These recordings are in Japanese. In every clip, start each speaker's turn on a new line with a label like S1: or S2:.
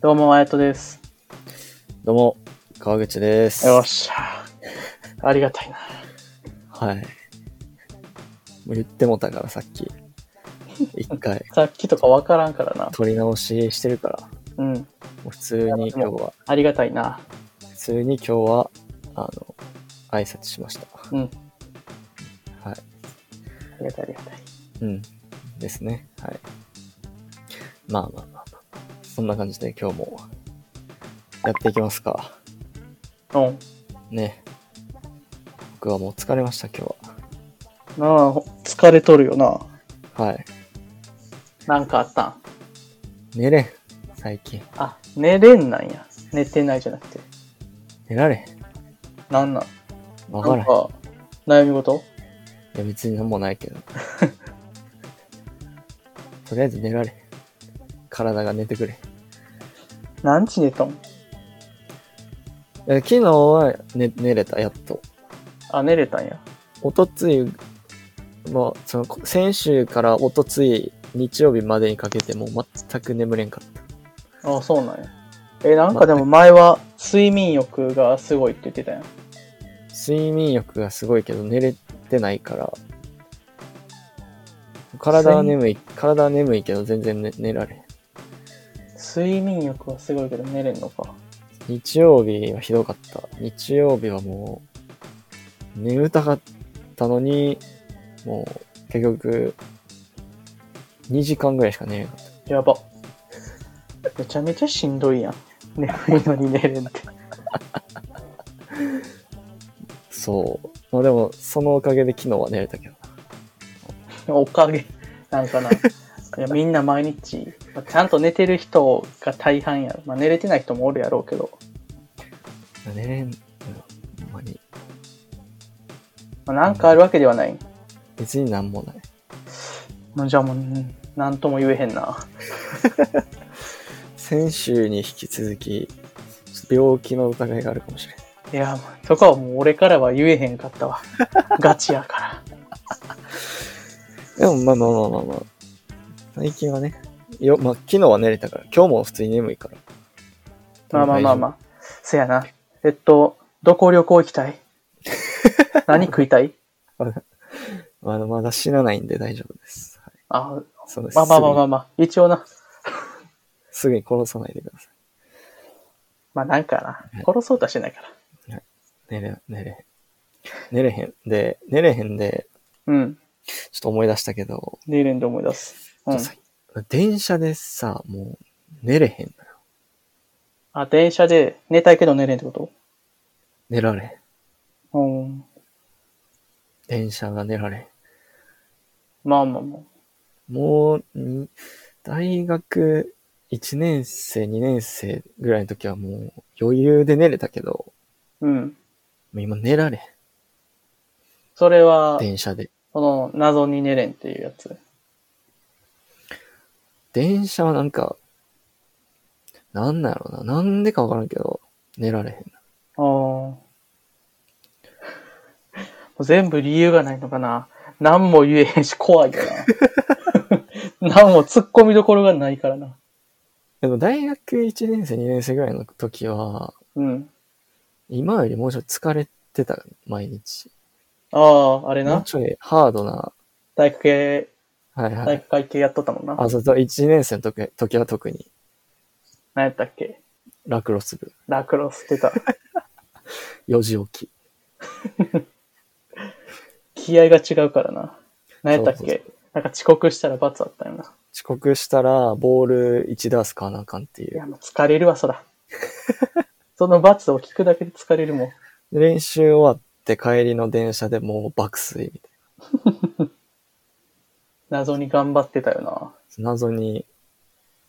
S1: どうも、あやとです。
S2: どうも、川口です。
S1: よっしゃ。ありがたいな。
S2: はい。もう言ってもたからさっ き。一回、
S1: さっきとかわからんからな。
S2: 撮り直ししてるから。も
S1: うん。
S2: う普通に今日は、
S1: ありがたいな。
S2: 普通に今日は、あの、挨拶しました。
S1: うん。
S2: はい。
S1: ありがたい、ありがたい。
S2: うん。ですね。はい。まあまあまあまあ。そんな感じで今日も、やっていきますか。
S1: うん。
S2: ね。僕はもう疲れました、今日
S1: なあ、疲れとるよな。
S2: は。はい。
S1: なんかあったん
S2: 寝れん、最近。
S1: あ、寝れんなんや。寝てないじゃなくて。
S2: 寝られん。
S1: なんなん
S2: わから
S1: なんん。か、悩み事
S2: いや、別になんもないけど。 とりあえず寝られ。体が寝てくれ。
S1: 何時寝とん
S2: え昨日は寝寝れた、やっと。
S1: あ、寝れたんや。
S2: おとつい、もう、その、こ先週からおとつい、日曜日までにかけてもう全く眠れんかっ
S1: あ、そうなんや。え、なんかでも前は睡眠欲がすごいって言ってたやん。
S2: た。睡眠欲がすごいけど寝れてないから、体は眠い、体は眠いけど全然寝寝られん。
S1: 睡眠欲はすごいけど寝れんのか。
S2: 日曜日はひどかった。日曜日はもう、眠たかったのに、もう、結局、2時間ぐらいしか寝れなかっ
S1: やば。めちゃめちゃしんどいやん。眠いのに寝れんって。
S2: た。そう。まあでも、そのおかげで昨日は寝れたけど。
S1: おかげ。なんかな。いやみんな毎日、まあちゃんと寝てる人が大半やろ。まあ、寝れてない人もおるやろうけど、
S2: 寝れん、うんほんまに。
S1: まあ、なんかあるわけではない。
S2: 別になんもない。
S1: まあじゃあもう、うんなんとも言えへんな。
S2: 先週に引き続き、ちょっと病気の疑いがあるかもしれない。
S1: いや、そこはもう俺からは言えへんかったわ。 ガチやから。
S2: でも、まあまあまあまあまあ。最近はね、よ、まあ昨日は寝れたから、今日も普通に眠いから。
S1: まあまあまあまあ。せやな。えっと、どこ旅行行きたい何食いたい
S2: あの、まだ死なないんで大丈夫です。はい、
S1: あ、
S2: そうです。
S1: まあまあまあまあまあ、一応な。
S2: すぐにすぐに殺さないでくださ
S1: まあなんか
S2: は。
S1: ない殺そうとはしてないから。
S2: い。寝れ、寝れへん。寝れへん。で、寝れへんで、
S1: うん。
S2: ちょっと思い出したけど、
S1: 寝れんで思い出す。うん。
S2: ちょっとさ電車でさ、もう、寝れへんのよ。
S1: あ、電車で寝たいけど寝れんってこ
S2: 寝られん。
S1: とうん。
S2: 電車が寝られ
S1: まあまあまあ。
S2: ん。もう、に大学1年生、2年生ぐらいの時はもう余裕で寝れたけど、
S1: うん。
S2: もう今寝られん。
S1: それは、
S2: 電車で。
S1: この謎に寝れんっていうやつ。
S2: 電車はなんか、なんだろうな。なんでかわからんけど、寝られへん。
S1: ああ。もう全部理由がないのかな。何も言えへんし怖いよ な。何も突っ込みどころがないからな。
S2: でも大学1年生、2年生ぐらいの時は、
S1: うん。
S2: 今よりもうちょい疲れてた、毎日。
S1: ああ、あれ
S2: もう
S1: な。
S2: ちょいハードな、
S1: 体育系、
S2: はいは
S1: 体
S2: い。
S1: 育会系やっとったもんな。
S2: あ、そうそう、1年生の時時は特に
S1: 何やったっけ
S2: ラクロス部、
S1: ラクロスってた。
S2: 4時起き。
S1: 気合が違うからな。何やったっけ
S2: そうそう
S1: なんか遅刻したら罰あったよな。
S2: 遅刻したら、ボール1ダース買わなあかんってい
S1: いや、
S2: う。
S1: もう疲れるわ、そら。 その罰を聞くだけで疲れるもん。
S2: で練習終わって帰りの電車でもう爆睡みたい
S1: 謎に頑張ってたよな。
S2: な。謎に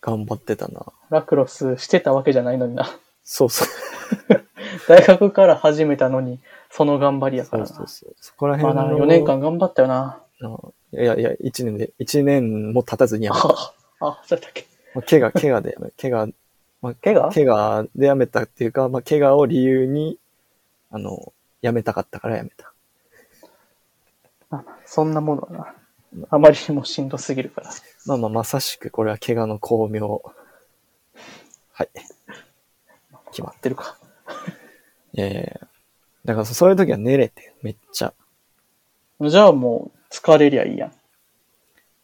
S2: 頑張ってたな。
S1: ラクロスしてたわけじゃないのにな。
S2: そうそう。
S1: 大学から始めたのに、その頑張りやか
S2: そ
S1: ら
S2: う
S1: な。
S2: そうそう。そこら
S1: まあ
S2: 辺
S1: な、
S2: の。
S1: 4年間頑張ったよな。
S2: あ。いやいや、1年で、1年も経たずにやめた。
S1: あ、 あ、そうやったっけ。
S2: まあ、怪我、怪我で、怪我、まあ、
S1: 怪我
S2: 怪我で辞めたっていうか、まあ、怪我を理由に、あの、辞めたかったから辞めた。
S1: あそんなものはな。あまりにもしんどすぎるから。
S2: まあまあ、まさしくこれは怪我の巧妙。はい。決まっ
S1: 合ってるか。
S2: いやいやいやだからそそういう時は寝れて、めっちゃ。
S1: じゃあもう、疲れりゃいいやん。
S2: い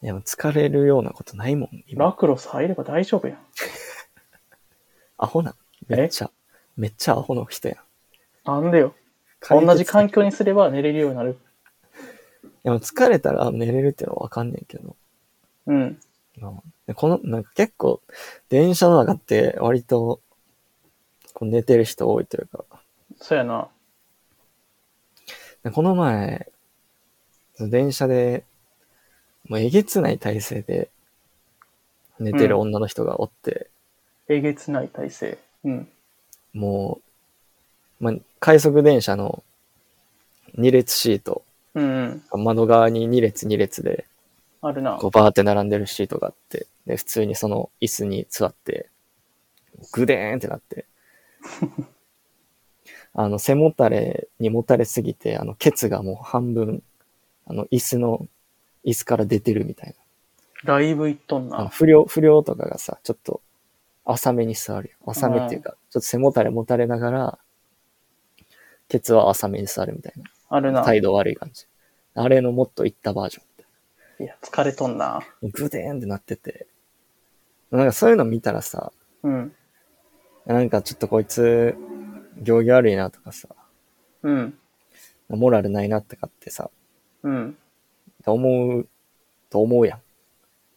S2: や、もう疲れるようなことないもん、今。
S1: ラクロス入れば大丈夫やん。
S2: アホな。
S1: え
S2: めっちゃ、めっちゃアホの人やん。
S1: なんでよ。同じ環境にすれば寝れるようになる。
S2: でも疲れたら寝れるっていうのはわかんねんけど。
S1: うん。
S2: うんでこの、なんか結構、電車の中って割と、こう寝てる人多いというか。
S1: そうやな。
S2: でこの前、その電車で、もうえげつない体勢で寝てる女の人がおって、
S1: えげつない体勢。うん。
S2: もう、まあ、快速電車の2列シート、
S1: うんうん。
S2: 窓側に2列2列で、
S1: あるな
S2: こ。うバーって並んでるシートがあって、で、普通にその椅子に座って、グデーンってな って、あの、背もたれにもたれすぎて、あの、ケツがもう半分、あの、椅子の、椅子から出てるみたい
S1: ライブ行っとん
S2: な。あの
S1: な。
S2: 不良、不良とかがさ、ちょっと、浅めに座るよ。浅めっていうか、ちょっと背もたれもたれながら、ケツは浅めに座るみたい
S1: ある
S2: な。
S1: な。
S2: 態度悪い感じ。あれのもっといったバージョ
S1: い
S2: ン。
S1: や、疲れとんな。
S2: グデーンってなってて。なんかそういうの見たらさ、
S1: うん。
S2: なんかちょっとこいつ、行儀悪いなとかさ、
S1: うん。
S2: モラルないなとかってさ、
S1: うん。
S2: 思う、と思うやん。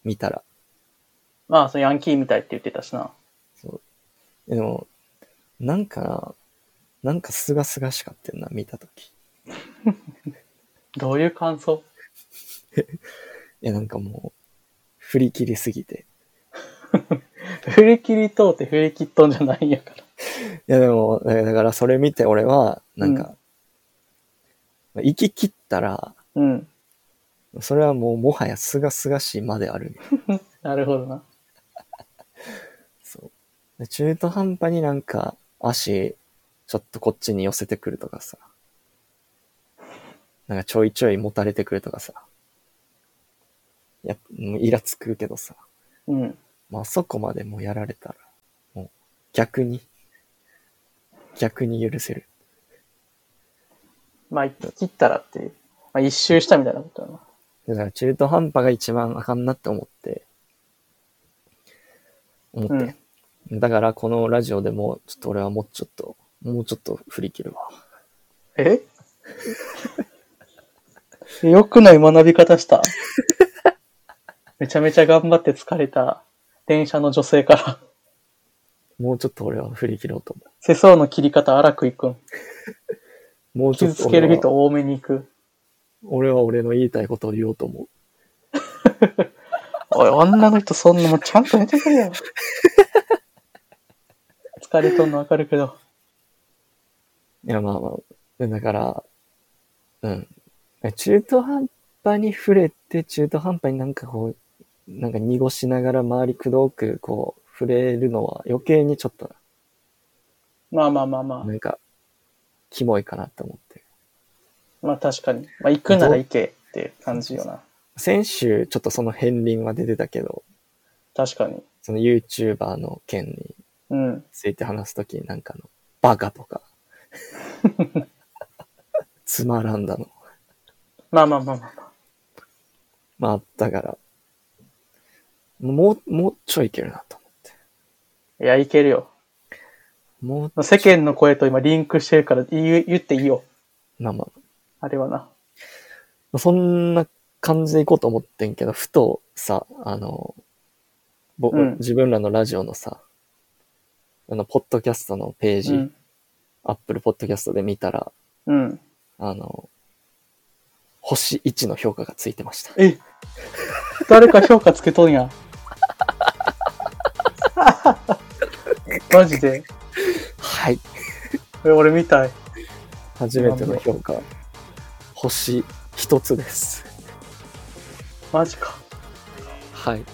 S2: 見たら。
S1: まあ、そのヤンキーみたいって言ってたしな。
S2: でも、なんかな、なんかすがすがしかってんな、見たとき。い
S1: どういう感想
S2: や、なんかもう、振り切りすぎて。
S1: 振り切り通って振り切っとんじゃないんやから。
S2: いや、でも、だだからそれ見て俺は、なんか、まあ生き切ったら、
S1: うん。
S2: それはもうもはやすがすがしいまである。
S1: なるほどな。
S2: そう。で中途半端になんか足、ちょっとこっちに寄せてくるとかさ。なんかちょいちょい持たれてくるとかさ。いや、もうイラつくけどさ。
S1: うん。
S2: まああそこまでもうやられたら、もう逆に、逆に許せる。
S1: まあ、切ったらっていう。まあ、一周したみたいなことだな。
S2: だから中途半端が一番あかんなって思って、思って。だからこのラジオでも、ちょっと俺はもうちょっと、もうちょっと振り切るわ。
S1: え よくない学び方した。めちゃめちゃ頑張って疲れた電車の女性から、
S2: もうちょっと俺は振り切ろうと思
S1: 世相の切り方荒くいくん。
S2: う。もうちょ
S1: 傷
S2: っと
S1: つけ
S2: 俺
S1: る
S2: は
S1: 人多めに行く。
S2: 俺は俺の言いたいことを言おうと思う。
S1: おい、女の人そんなもんちゃんと寝てくれよ。疲れとんのわかるけど。
S2: いや、まあまあ。だから、うん。中途半端に触れて、中途半端になんかこう、なんか濁しながら周りくどく、こう、触れるのは余計にちょっと、
S1: まあまあまあま
S2: なんか、キモいかなって思って。
S1: あ。まあ確かに。まあ行くなら行けって感じよな。
S2: 先週、ちょっとその片鱗は出てたけど、
S1: 確かに。
S2: その YouTuber の件に
S1: うん。
S2: ついて話すときになんかあの、バカとか、つまらんだの。
S1: まあまあまあまあ。
S2: まあ、だから、もう、もうちょいいけるなと思って。
S1: いや、いけるよ。
S2: もう、
S1: 世間の声と今リンクしてるから言う言っていいよ。
S2: まあま
S1: あれはな。
S2: あ、そんな感じでいこうと思ってんけど、ふとさ、あの、僕、
S1: うん
S2: 自分らのラジオのさ、あの、ポッドキャストのページ、
S1: うん。
S2: アップルポッドキャストで見たら、
S1: うん。
S2: あの、星1の評価がついてました。
S1: え誰か評価つけと んや。マジで
S2: はい。
S1: え俺みたい。
S2: 初めての評価、星1つです。
S1: マジか。
S2: はい。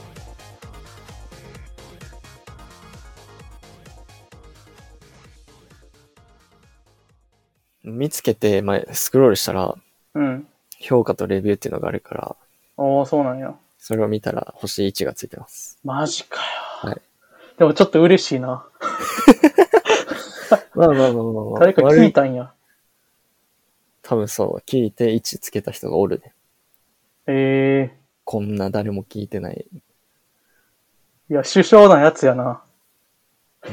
S2: 見つけて、まあ、スクロールしたら、
S1: うん。
S2: 評価とレビューっていうのがあるから、
S1: おおそうなんや。
S2: それを見たら星1がついてます。
S1: マジかよ。
S2: はい
S1: でもちょっと嬉しいな。
S2: まあまあまあまあ、まあ、
S1: 誰か
S2: 悪
S1: 聞い
S2: い。
S1: たんや。
S2: 多分そう、聞いて位置つけた人がおるね。
S1: ええ
S2: こんな誰も聞いてない。
S1: いや、首相なやつやな。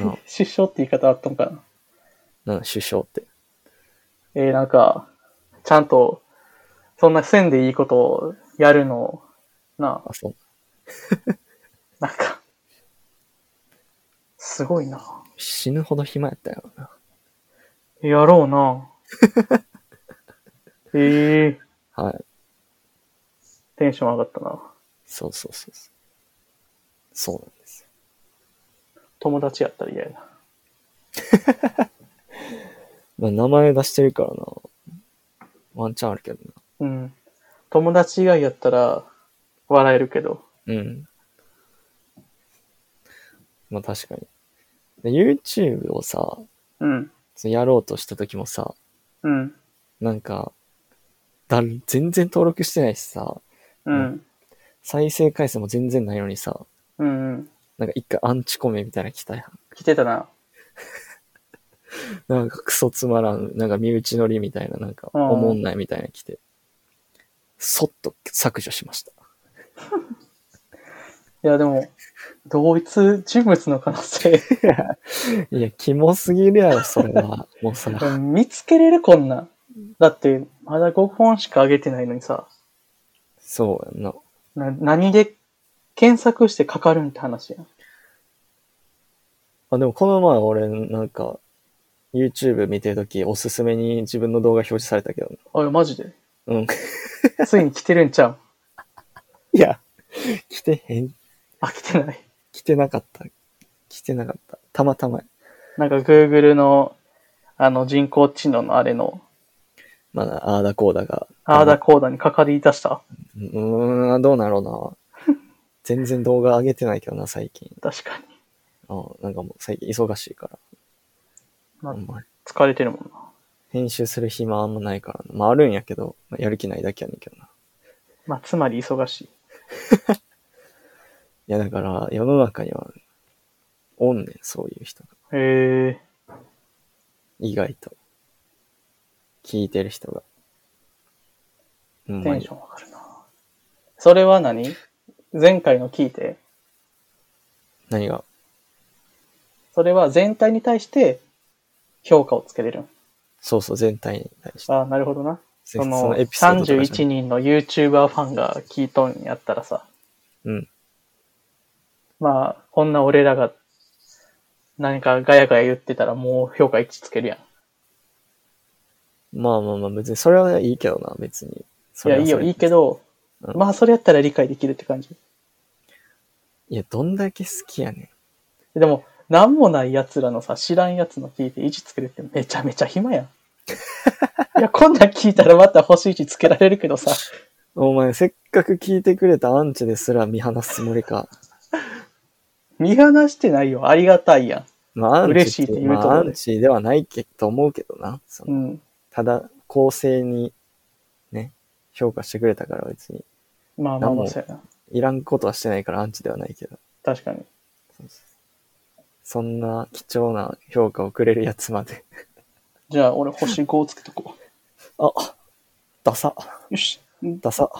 S2: な
S1: 首相って言い方あったんかな。
S2: なん首相って。
S1: えー、なんか、ちゃんと、そんなせんでいいことをやるの、な
S2: あ、そう。
S1: あ、なんか、すごいな。
S2: 死ぬほど暇やったよな。
S1: やろう な。ええ
S2: はい。
S1: テンション上がったな。
S2: そうそうそうそう。そうなんですよ。
S1: 友達やったら嫌やな。
S2: まあ、名前出してるからな。ワンチャンあるけど
S1: うん。友達以外やったら、笑えるけど。
S2: な。うん。まあ確かに。で YouTube をさ、
S1: うん。
S2: そのやろうとした時もさ、
S1: うん。
S2: なんか、だん全然登録してないしさ、
S1: うん。
S2: 再生回数も全然ないのにさ、
S1: うん。うん、
S2: なんか一回アンチコメみたいなの来たやん。
S1: 来てたな。
S2: なんかクソつまらん、なんか身内乗りみたいな、なんか
S1: うん
S2: おもんないみたいなの来て、そっと削除しました。
S1: いや、でも、同一人物の可能 性。
S2: いや、キモすぎるやろ、それは。も うそれ
S1: うん見つけれるこんなん。だって、まだ5本しか上げてないのにさ、
S2: そうやんな。
S1: な何で検索してかかるんって話やん。
S2: あ、でもこの前俺、なんか、YouTube 見てるとき、おすすめに自分の動画表示されたけどな、
S1: あれ、マジで。
S2: うん。
S1: ついに来てるんちゃう
S2: いや、来てへん、
S1: あ、来てない。
S2: 来てなかった。来てなかった。たまたまや
S1: なんか Google の、あの人工知能のあれの、
S2: まだ、ああだこうだが。
S1: アーダコーダにかかり出した
S2: うーん、どうなろうな。 全然動画上げてないけどな、最近。
S1: 確かに。
S2: あなんかもう最近忙しいから。
S1: まあ
S2: あんまり
S1: 疲れてるもんな。
S2: 編集する暇あんまないからな。まああるんやけど、まあ、やる気ないだけやねんけどな。
S1: まあ、つまり忙しい。
S2: いや、だから、世の中には、おんねん、そういう人が。
S1: へえ。
S2: 意外と。聞いてる人が。うん
S1: テ
S2: ま
S1: ン
S2: に
S1: ション上がるな。それは何前回の聞いて。
S2: 何が
S1: それは全体に対して評価をつけれるん。
S2: そうそう、全体に対して。
S1: ああ、なるほどな。
S2: そ
S1: その
S2: エピソードとかじゃな
S1: 31
S2: い
S1: 人の YouTuber ファンが聞いとんやったらさ、
S2: うん。
S1: まあ、こんな俺らが何かガヤガヤ言ってたらもう評価1つけるやん。
S2: まあまあまあ、別に、それはいいけどな、別に。そ
S1: い
S2: れ
S1: や、
S2: はい
S1: い
S2: そ
S1: よ、
S2: れ
S1: いいけど、
S2: うん
S1: まあ、それやったら理解できるって感じ。
S2: いや、どんだけ好きやね
S1: でも、なんもない奴らのさ、知らん奴の聞いて1つけるってめちゃめちゃ暇 やん。いや、こんなん聞いたらまた星1つけられるけどさ、
S2: ん。お前、せっかく聞いてくれたアンチですら見放すつも りか。
S1: 見放してないよ。ありがたいや
S2: まあ、アンチ
S1: 嬉しいって言うとこで
S2: まあ、アンチではないけと思うけどな。そ
S1: ん。う
S2: の
S1: ん。
S2: ただ、公正に、ね、評価してくれたから別に、
S1: まあまあ
S2: なん
S1: まあ、
S2: も
S1: そうやな。
S2: いらんことはしてないからアンチではないけど。
S1: 確かに。
S2: そんな貴重な評価をくれるやつまで。
S1: じゃあ、俺星5をつけとこ
S2: あ、ダサ、
S1: う。よし。
S2: ダサ、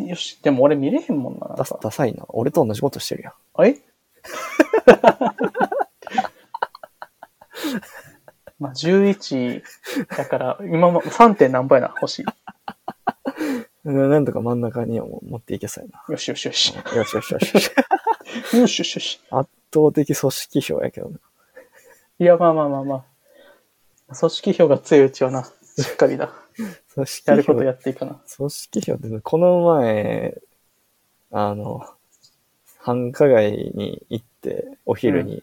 S1: よし。でも俺見れへんもんな。なん
S2: ダ
S1: か
S2: サ、ダサいな。俺と同じことしてるやん。
S1: あれ まあ、11だから、今も 3. 点何倍な、星。
S2: ななんとか真ん中にはもう持っていけそうや
S1: よしよしよし。
S2: な。よしよしよしよ し。
S1: よしよしよし。
S2: 圧倒的組織票やけどな。
S1: いや、まあまあまあまあ。組織票が強いうちはな、しっかりだ。
S2: 組織票
S1: やることやっていかな。
S2: 組織票って、この前、あの、繁華街に行って、お昼に、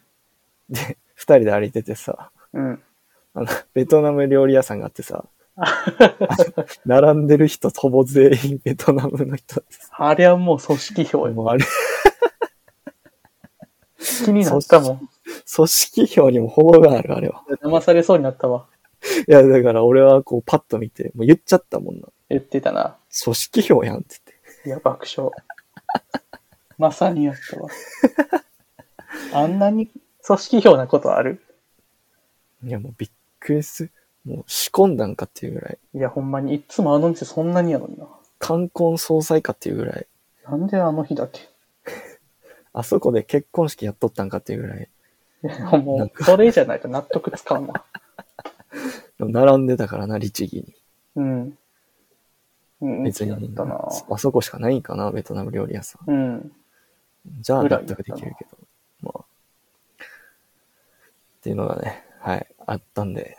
S2: で、二人で歩いててさ、
S1: うん。
S2: あの、ベトナム料理屋さんがあって さ、並んでる人ほぼ全員ベトナムの人です。
S1: あれはもう組織票よ。
S2: もうあれ、
S1: 気になったもん。
S2: 組織票にもほぼがある、あれは。
S1: 騙されそうになったわ。
S2: いや、だから俺はこうパッと見て、もう言っちゃったもんな。
S1: 言ってたな。
S2: 組織票やんって言って。
S1: いや、 爆笑。まさにやったわ。あんなに組織票なことある
S2: いや、もうびっくりする。もう仕込んだんかっていうぐらい。
S1: いや、ほんまに、いっつもあの店そんなにやのにな。
S2: 冠婚葬祭かっていうぐらい。
S1: なんであの日だけ
S2: あそこで結婚式やっとったんかっていうぐらい。
S1: いやもう、それじゃないと納得つかんわ。
S2: 並んでたからな、律儀に。
S1: うん。うん、
S2: 別に
S1: だったな。
S2: あそこしかないんかな、ベトナム料理屋さん。
S1: うん。
S2: じゃあ
S1: ぐら
S2: 納
S1: いだっ
S2: 得
S1: た
S2: で
S1: な
S2: きるけど。まあ。っていうのがね、はい、あったんで、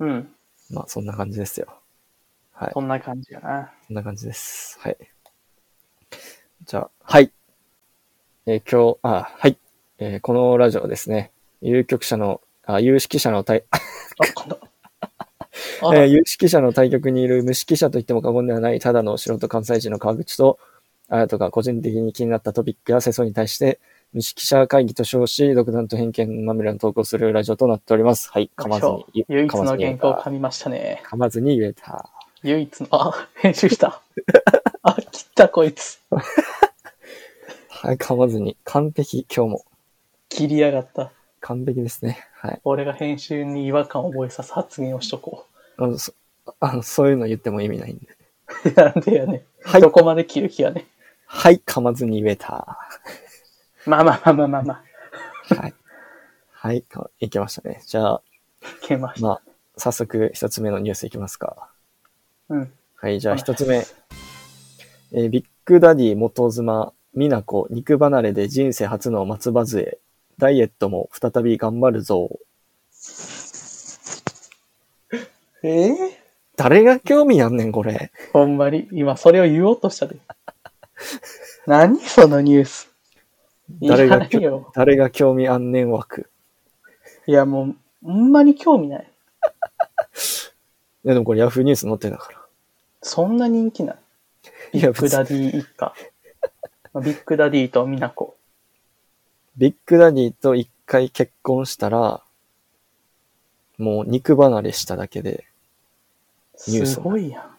S1: うん。
S2: まあそんな感じですよ。はい。
S1: そんな感じやな。
S2: そんな感じです。はい。じゃあ、はい。えー今日、あ、はい。えーこのラジオですね、有局者の、あ、有識者の対、
S1: あ、こんな。あ
S2: えー
S1: ら、
S2: 有識者の対局にいる無識者といっても過言ではない、ただの素人関西人の川口と、あやとが個人的に気になったトピックや世相に対して、無識者会議と称し、独断と偏見まみれの投稿するラジオとなっております。はい、噛まずに。
S1: 唯一
S2: 噛ま
S1: の
S2: ずに
S1: 原
S2: 言え
S1: 稿を
S2: た。
S1: 噛みましたね。
S2: 噛まずに言えた。
S1: 唯一の、あ、編集した。あ、切ったこいつ。
S2: はい、噛まずに。完璧、今日も。
S1: 切りやがった。
S2: 完璧ですね。はい。
S1: 俺が編集に違和感を覚えさす発言をしとこ
S2: あの、そあのそういうの言っても意味ないんで。
S1: う。なんでやねん。
S2: はい
S1: どこまで切る気やね
S2: はい、噛まずに言えた。
S1: ん。まあまあまあまあまあまあ。
S2: はい。 はい、かいけましたね。じゃあ、
S1: いけました。
S2: まあ、早速一つ目のニュースいきますか。
S1: うん。
S2: はい、じゃあ
S1: はい
S2: 一つ目。えービッグダディ元妻、美奈子、肉離れで人生初の松葉杖、ダイエットも再び頑張るぞ。
S1: ええ
S2: 誰が興味あんねん、これ。
S1: ほんまに、今それを言おうとしたで。 何そのニュース。い
S2: 誰が
S1: や
S2: きょ
S1: よ。
S2: 誰が興味あんねん枠。
S1: いやもう、ほんまに興味ない。
S2: いやでもこれヤフーニュース載ってたか
S1: そんな人気ない。
S2: ら。
S1: ビ
S2: いや、
S1: ッグ
S2: 別
S1: ダ
S2: に
S1: ディ一 家。ビッグダディとミナコ。
S2: ビッグダディと一回結婚したら、もう肉離れしただけで、ニュース
S1: すごいやん。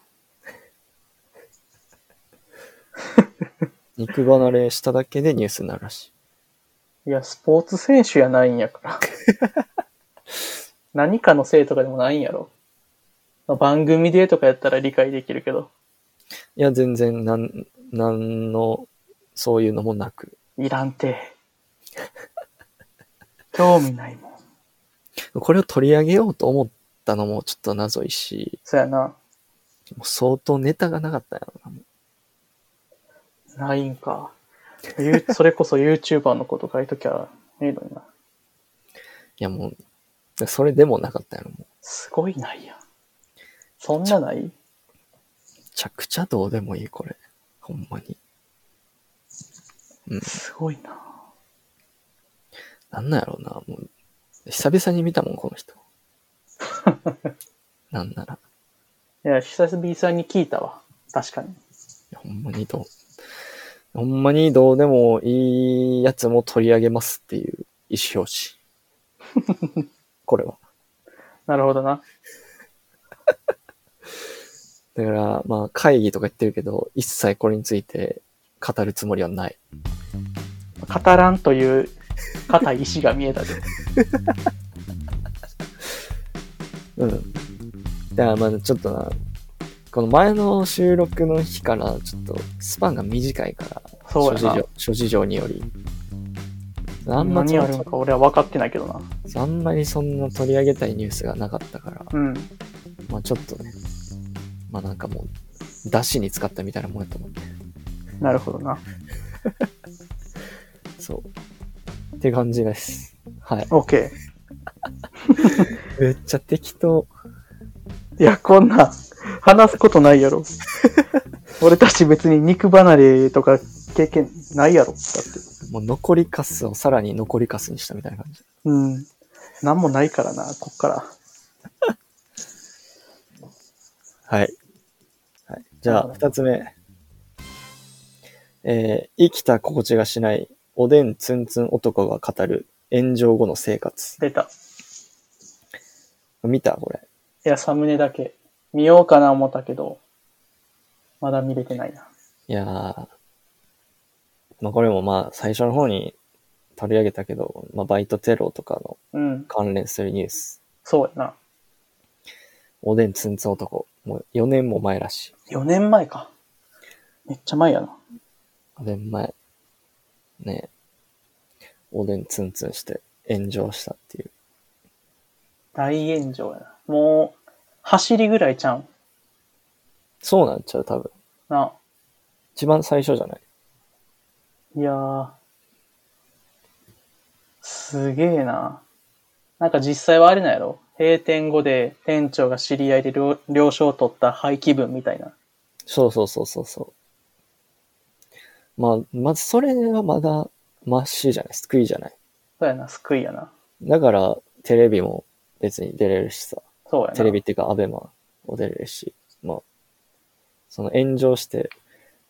S2: 肉離れしただけでニュースになるらしい。
S1: いや、スポーツ選手やないんや から。何かのせいとかでもないんやろ。番組でとかやったら理解できるけど、
S2: いや、全然、なん、なんの、そういうのもなく。
S1: いらんて。 興味ないもん。
S2: これを取り上げようと思ったのもちょっと謎いし、
S1: そやな。
S2: もう相当ネタがなかったよな。
S1: ないんか。ゆ それこそ YouTuber のこと書いときゃねえのにな。
S2: いや、もう、それでもなかったよもう。
S1: すごいないやん。そんなない
S2: めちゃくちゃどうでもいい、これ。ほんまに。うん。
S1: すごいな。
S2: なんなんやろうな、もう。久々に見たもん、この人。なんなら。い
S1: いや、久々に聞いたわ。確かに。
S2: やほんまにどう、ほんまにどうでもいいやつも取り上げますっていう意思 表示。これは。
S1: なるほどな。
S2: だから、まあ、会議とか言ってるけど、一切これについて語るつもりはない。
S1: 語らんという硬い石が見えたで。
S2: うん。だから、まあ、ちょっとな、この前の収録の日から、ちょっと、スパンが短いから、
S1: そう
S2: 諸
S1: や
S2: 事
S1: な
S2: 情。、諸事情により。あんま
S1: 何
S2: り
S1: やるんか俺は分かってないけどな。
S2: あんまりそんな取り上げたいニュースがなかったから、
S1: うん。
S2: まあちょっとね、まあなんかもう、出汁に使ったみたいなもんやと思って。
S1: なるほどな。
S2: そう。って感じです。はい。
S1: OK。
S2: めっちゃ適当。
S1: いや、こんなん話すことないやろ。俺たち別に肉離れとか経験ないやろ。だって。
S2: もう残りカスをさらに残りカスにしたみたいな感じ。
S1: うん。なんもないからな、こっから。
S2: はい。はい、じゃあ、二つ目。えー生きた心地がしない、おでんツンツン男が語る、炎上後の生活。
S1: 出た。
S2: 見たこれ。
S1: いや、サムネだけ。見ようかな思ったけど、まだ見れてないな。
S2: いやー。まあ、これもまあ、最初の方に取り上げたけど、まあ、バイトテロとかの
S1: うん。
S2: 関連するニュース。
S1: そうやな。
S2: おでんつんつん男。もう4年も前らしい。
S1: 4年前か。めっちゃ前やな。
S2: 4年前。ねえおでんつんつんして炎上したっていう。
S1: 大炎上やな。もう、走りぐらいちゃうん。
S2: そうなんちゃう多分。
S1: な。
S2: 一番最初じゃない
S1: いやー。すげえな。なんか実際はあれなんやろ閉店後で店長が知り合いで了了承を取った廃棄分みたいな。
S2: そうそうそうそうそう。まあ、まずそれはまだマシじゃない、救いじゃない。
S1: そうやな、救いやな。
S2: だから、テレビも別に出れるしさ。
S1: そうやな。
S2: テレビっていうか、アベマも出れるし。まあ、その炎上して、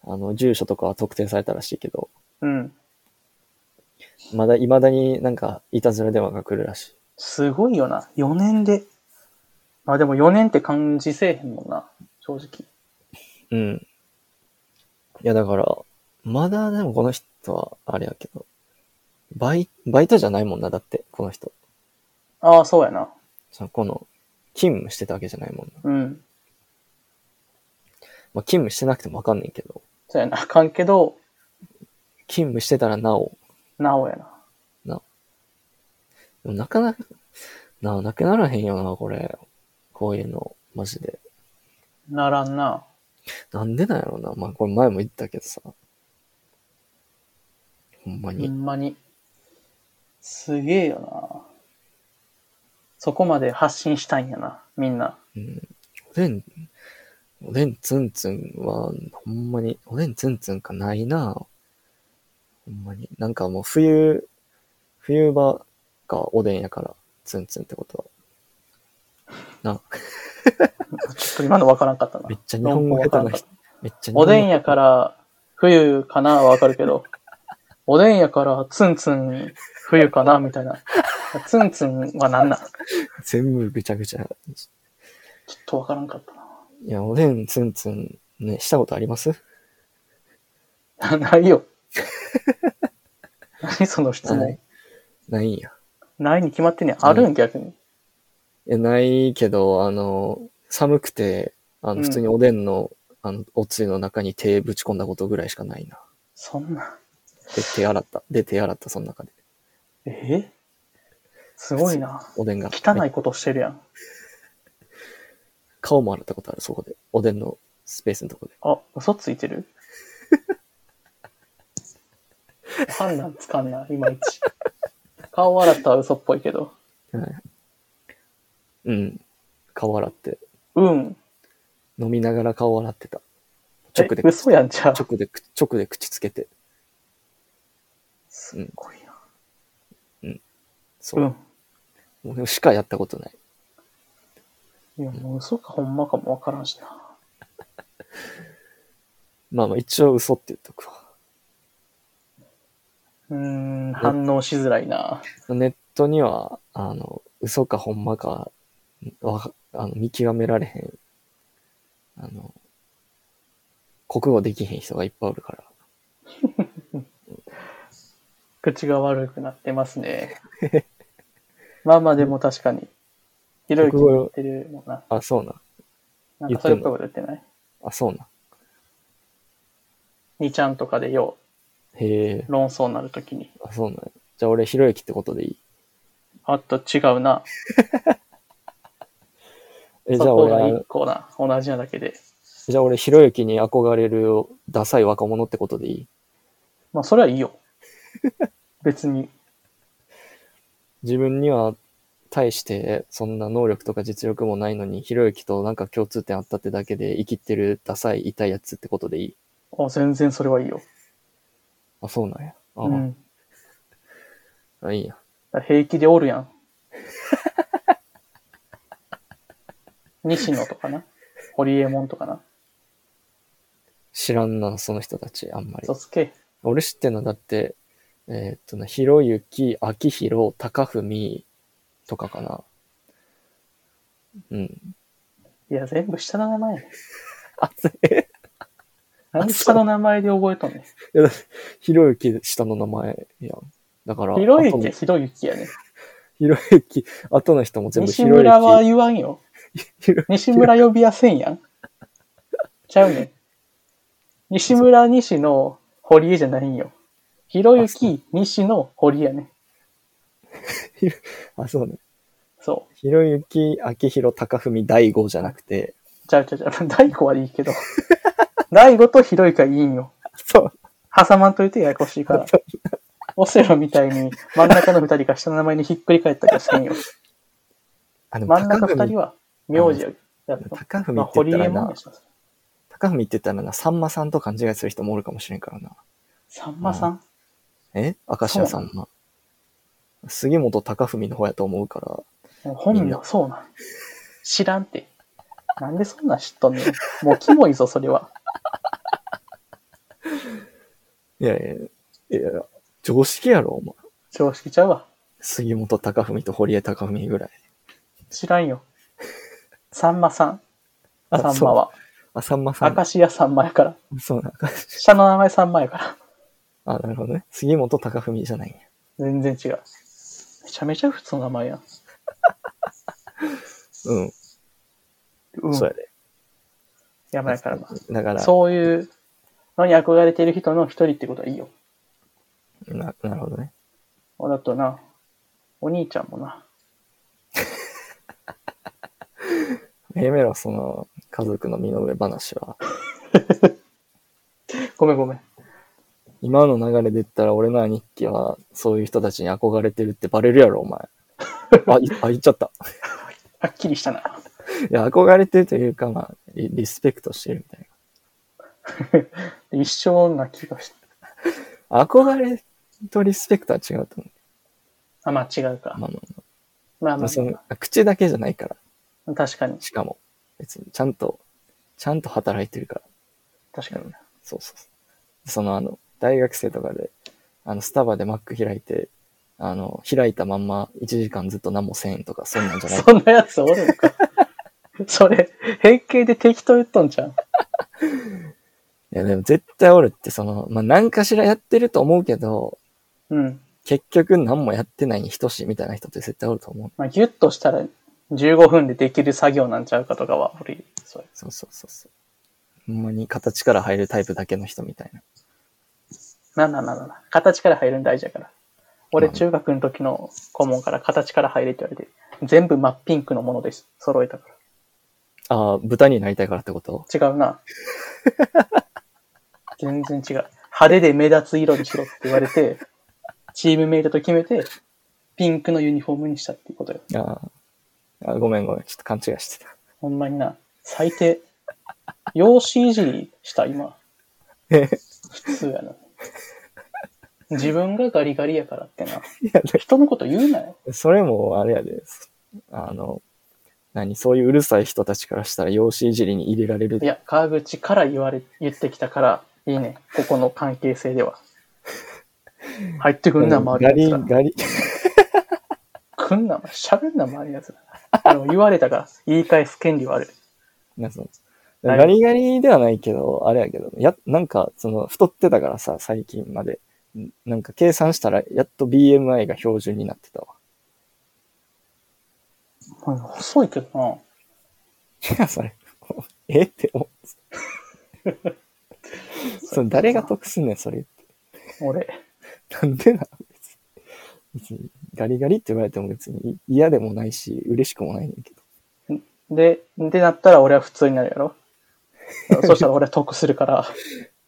S2: あの、住所とかは特定されたらしいけど、
S1: うん。
S2: まだ、未だになんか、いたずら電話が来るらしい。
S1: すごいよな。4年で。まあでも4年って感じせえへんもんな。正直。
S2: うん。いや、だから、まだでもこの人は、あれやけど、バイ、バイトじゃないもんな、だって、この人。
S1: ああ、そうやな。
S2: その、この、勤務してたわけじゃないもんな。
S1: うん。
S2: まあ、勤務してなくてもわかんないけど、
S1: そうやな。あ かんけど、
S2: 勤務してたらなお、
S1: なおやな。
S2: でもなかなか、なあ、なくならへんよな、これ。こういうの、マジで。
S1: ならんな。
S2: なんでなんやろうな。まあ、これ前も言ったけどさ。ほんま
S1: ほ
S2: に。
S1: んまに。すげえよな。そこまで発信したいんやな、みんな。
S2: うん。おでん、おでんつんつんは、ほんまに、おでんつんつんかないな。ほんまに。なんかもう冬、冬場がおでんやから、つんつんってことは。な、
S1: ちょっと今のわからんかったな
S2: め。っちゃ日本語下手な人、めっちゃ日
S1: お
S2: 本語
S1: でんやから冬かなはわかるけど、 おでんやからツンツン冬かなみたいな。ツンツンはなんなんちょ
S2: 全部ぐちゃぐちゃ。
S1: っとわからんかった
S2: いや、おでんつんつん、ね、したことあります
S1: な。なないよ。 何その質問。
S2: ない。ないんや。
S1: ないに決まってんねんあるん逆に。
S2: え、ないけど、あの、寒くて、あ
S1: う
S2: の、
S1: ん
S2: 普通におでんの、あの、おつゆの中に手ぶち込んだことぐらいしかないな。
S1: そんな。
S2: で、手洗った。で、手洗った、その中で。
S1: えすごいな。
S2: おでんが。
S1: 汚
S2: い。
S1: いことしてるやん。
S2: 顔も洗ったことある、そこで。おでんのスペースのとこで。
S1: あ、嘘ついて る判断つかんな、いまいち。顔洗ったは嘘っぽいけど。
S2: うん。顔洗って。
S1: うん。
S2: 飲みながら顔洗ってた。
S1: え
S2: 直で、
S1: 嘘やんじゃあ。
S2: 直で、直で口つけて。
S1: す
S2: っ
S1: ごいな。
S2: そうう。俺しかやったことない。
S1: ん。いや、もう嘘かほんまかもわからんしな。
S2: まあまあ、一応嘘って言っとくわ。
S1: うーん、反応しづらいな。
S2: ネットには、あの、嘘かほんまか、わかあの見極められへん。あの、国語できへん人がいっぱいおるから。
S1: 口が悪くなってますね。まあまあでも確かに。ひろゆきも言ってるもんな。
S2: あ、そうな。
S1: なん
S2: 言
S1: か
S2: っ
S1: そ
S2: て
S1: うい
S2: んの
S1: うとこで言ってない。
S2: あ、そうな。
S1: にちゃんとかでよ
S2: へえ、
S1: う、論争になるときに。
S2: あ、そうなんや。じゃあ俺、ひろゆきってことでいい
S1: あと違うな。
S2: え、じ
S1: そ
S2: ゃあ
S1: こ
S2: 俺、あ
S1: が
S2: の
S1: 一個な。同じなだけで。
S2: じゃあ俺、ひろゆきに憧れるダサい若者ってことでいい
S1: まあ、それはいいよ。別に。
S2: 自分には、対して、そんな能力とか実力もないのに、ひろゆきとなんか共通点あったってだけで、生きてるダサい痛いやつってことでいい
S1: あ全然それはいいよ。
S2: あ、そうなんや。あ、
S1: うん。
S2: あいいや。
S1: 平気でおるやん。西野とかな。ホリエモンとかな。
S2: 知らんな、その人たち、あんまり
S1: 嘘。つけ。
S2: 俺知ってんのだって、えーっとね、ひろゆき、あきひろ、たかふみとかかな。うん。
S1: いや、全部下の名前やね
S2: あ、え
S1: なんで下の名前で覚えとんねん。
S2: ひろゆき、下の名前やん。だから、
S1: ひろゆ
S2: 後
S1: き
S2: の
S1: はひろゆきやね。
S2: ひろゆき、後の人も全部ひ
S1: 西
S2: ろゆき。
S1: 村は言わんよ。
S2: ひろ
S1: 西村呼びやせんやん。ちゃうねん。西村西の堀江じゃないんよ。ひろゆき西の堀江やね。
S2: あ、そうね。
S1: そ
S2: ひろゆき、秋広、高文、大悟じゃなくて、
S1: う。ちゃうちゃうちゃう。 大悟はいいけど。大悟とひろゆきはいいんよ。
S2: そう。
S1: 挟まんといてややこしいから。オセロみたいに真ん中の二人が下の名前にひっくり返ったりはせんよ。
S2: あの、
S1: 真ん中
S2: 高
S1: 二人
S2: 文、
S1: は名字ややっぱ。
S2: 高文
S1: まあ、
S2: って言っ
S1: 堀
S2: た
S1: 江
S2: ら
S1: もんで
S2: な、
S1: した。
S2: 高文って言ったらな、さんまさんと勘違いする人もおるかもしれんからな。
S1: さんまさん
S2: え明石家さんま。杉本高文の方やと思うから、
S1: もう本
S2: みん
S1: 名
S2: な
S1: そうなん。知らんて。なんでそんなん知っとんねん。もうキモいぞ、それは。
S2: いやいや、いや、常識やろ、お前。
S1: 常識ちゃうわ。
S2: 杉本高文と堀江高文ぐらい。
S1: 知らんよ。さんまさん。さんま
S2: そう。
S1: は。
S2: あ、さんまさん
S1: 明。石家さんまやから。
S2: そうなんか。
S1: 下の名前さんまやから。
S2: あ、なるほどね。杉本高文じゃないんや。
S1: 全然違う。めちゃめちゃ普通の名前やん。
S2: うん。
S1: うん。
S2: そうやで。
S1: やばいからな。
S2: だから、
S1: そういうのに憧れてる人の一人ってことはいいよ。
S2: ななるほどね。
S1: だとな、お兄ちゃんもな。
S2: やめろ、その、家族の身の上話は。
S1: ごめんごめん。
S2: 今の流れで言ったら、俺の兄貴は、そういう人たちに憧れてるってバレるやろ、お 前。あ、いあ言っちゃった。
S1: はっきりしたな。
S2: いや、憧れてるというか、まあ、リリスペクトしてるみたい
S1: 一生な気がして。
S2: な。憧れとリスペクトは違うと思う。
S1: あ、まあ違うか。
S2: まあま
S1: まあ
S2: あ
S1: ま
S2: まあ、そ
S1: あ、
S2: の、口だけじゃないから。
S1: 確かに。
S2: しかも、別に、ちゃんと、ちゃんと働いてるから。
S1: 確かに。
S2: そうそうそう。その、あの、大学生とかで、あの、スタバでマック開いて、あの、開いたまんま1時間ずっと何もせんとか、そんなんじゃない。
S1: そんなやつおるのか。 それ、変形で適当言っとんじゃん。
S2: いや、でも絶対おるって、その、まあ、何かしらやってると思うけど、
S1: うん。
S2: 結局何もやってないに等しいみたいな人って絶対おると思う。
S1: まあ、ギュッとしたら15分でできる作業なんちゃうかとかは、俺、そう
S2: そうそうそうそう。ほんまに形から入るタイプだけの人みたいな。
S1: なんなんなんなんなん。形から入るの大事やから。俺、
S2: まあ
S1: 中学の時の顧問から形から入れって言われて、全部真っピンクのものです。揃えたか
S2: ああ、豚になりたいからってこと
S1: ら。違うな。 全然違う。派手で目立つ色にしろって言われて、チームメイトと決めて、ピンクのユニフォームにしたっていうことよ。
S2: あああ、ごめんごめん。ちょっと勘違いしてた。
S1: ほんまにな、最低。 用紙いじりした、今。
S2: え
S1: 普通やな。自分がガリガリやからってな。
S2: いや、
S1: 人のこと言うなよ。
S2: それもあれやで、あの、何、そういううるさい人たちからしたら養子いじりに入れられる
S1: い。や、川口から言われ、言ってきたから、いいね。ここの関係性では。入ってくんな、
S2: うん
S1: 周
S2: ガ
S1: り
S2: リ、
S1: のやつら。
S2: ガリ、
S1: くんな、お前喋んな、周りのやつら。あの、言われたから、言い返す権利はある。
S2: なんかその
S1: はい
S2: ガリガリではないけど、あれやけど、や、なんか、その、太ってたからさ、最近まで。んなんか計算したら、やっと BMI が標準になってたわ。
S1: お前細いけどな。
S2: いや、それ、 えって思う。 それ誰が得すんねん、それ。
S1: 俺、
S2: なんでな別に別に、ガリガリって言われても別に嫌でもないし、嬉しくもないねんけど。
S1: で、でなったら俺は普通になるやろそしたら俺は得する から、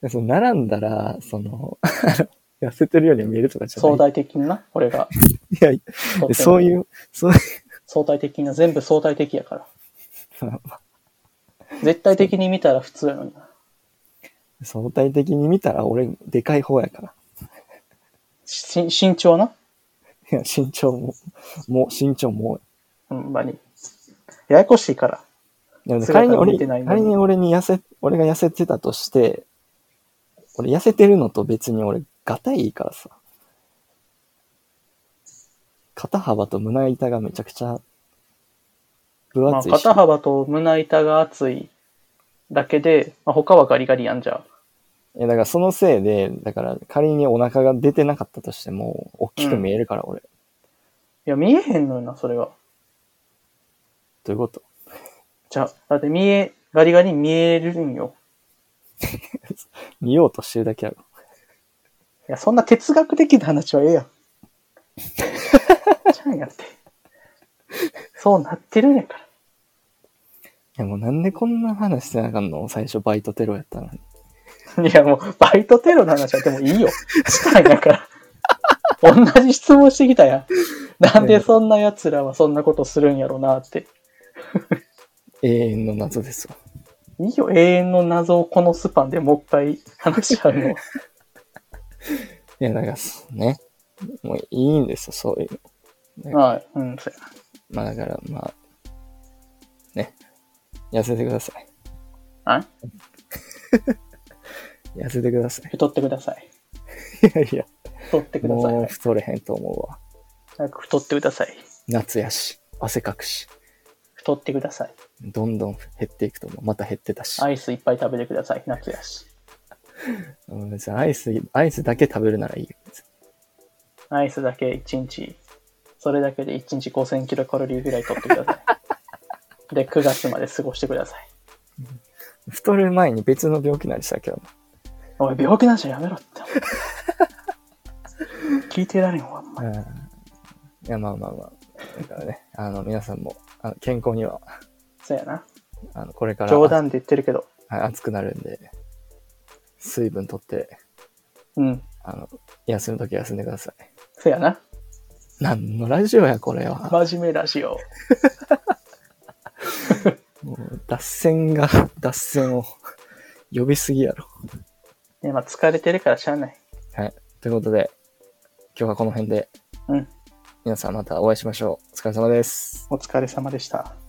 S2: でその並んだら、その、 痩せてるように見えるとかじゃない。
S1: 相対的にな、俺 が
S2: いやい
S1: 得
S2: や、
S1: 点。
S2: そういう、そういう、
S1: 相対的な、全部相対的やから。
S2: まあ
S1: 絶対的に見たら普通やのにな。
S2: 相対的に見たら俺、でかい方やから。
S1: し身長な、
S2: いや、身長も、もう、身長も。
S1: ほんまに。ややこしいから。
S2: でも
S1: 姿
S2: 仮に
S1: 見
S2: 俺、
S1: てないのに
S2: 仮に俺に痩せ、俺が痩せてたとして、俺痩せてるのと別に俺、ガタイいいからさ。肩幅と胸板がめちゃくちゃ、分
S1: まあ、
S2: 厚いし。
S1: 肩幅と胸板が厚いだけで、まあ、他はガリガリやんじゃう。
S2: いや、だからそのせいで、だから仮にお腹が出てなかったとしても、大きく見えるから、俺。ど
S1: いや、見えへんのよな、それが。
S2: ういうこと
S1: じゃあ、だって見え、ガリガリ見えるんよ。
S2: 見ようとしてるだけやろ。
S1: いや、そんな哲学的な話はええやん。ちゃうんやって。そうなってるんやから。
S2: いや、もうなんでこんな話してなあかんの最初バイトテロやったのに。
S1: いやもう、バイトテロの話はでもいいよ。したいんやから。同じ質問してきたやん。なんでそんな奴らはそんなことするんやろなって。
S2: 永遠の謎ですわ。
S1: いいよ、永遠の謎をこのスパンでもう一回話し合うのは。
S2: いや、だからそうね。もういいんですよ、そういうの。
S1: はい。うん、そうや
S2: まあだから、まあ、ね。痩せてください。
S1: なはい。
S2: 痩せてください。
S1: 太ってください。
S2: いやいや、
S1: 太ってください
S2: もう。太れへんと思うわ。
S1: 早く太ってください。
S2: 夏やし、汗かくし、
S1: 太ってください。
S2: どんどん減っていくと思う。また減ってたし。
S1: アイスいっぱい食べてください。夏やし。
S2: うん別にアイス、アイスだけ食べるならいいよ。別に
S1: アイスだけ1日、それだけで1日5000キロカロリーぐらい取ってください。で、9月まで過ごしてください。
S2: 太る前に別の病気なんでしたっけど。
S1: おい、病気なんじゃやめろって。聞いてられんわ。
S2: うん。いや、まあまあまあ。だからね、あの、皆さんも、あの健康には、
S1: そうやな。
S2: あの、これから、
S1: 冗談で言ってるけど。
S2: はい、暑くなるんで、水分取って、
S1: うん。
S2: あの、休むとき休んでください。
S1: そうやな。
S2: 何のラジオや、これは。
S1: 真面目ラジオ。
S2: もう脱線が、脱線を呼びすぎやろ。
S1: ね、まあ疲れてるからしゃあない。
S2: はい。ということで、今日はこの辺で、
S1: うん。
S2: 皆さんまたお会いしましょう。お疲れ様です。
S1: お疲れ様でした。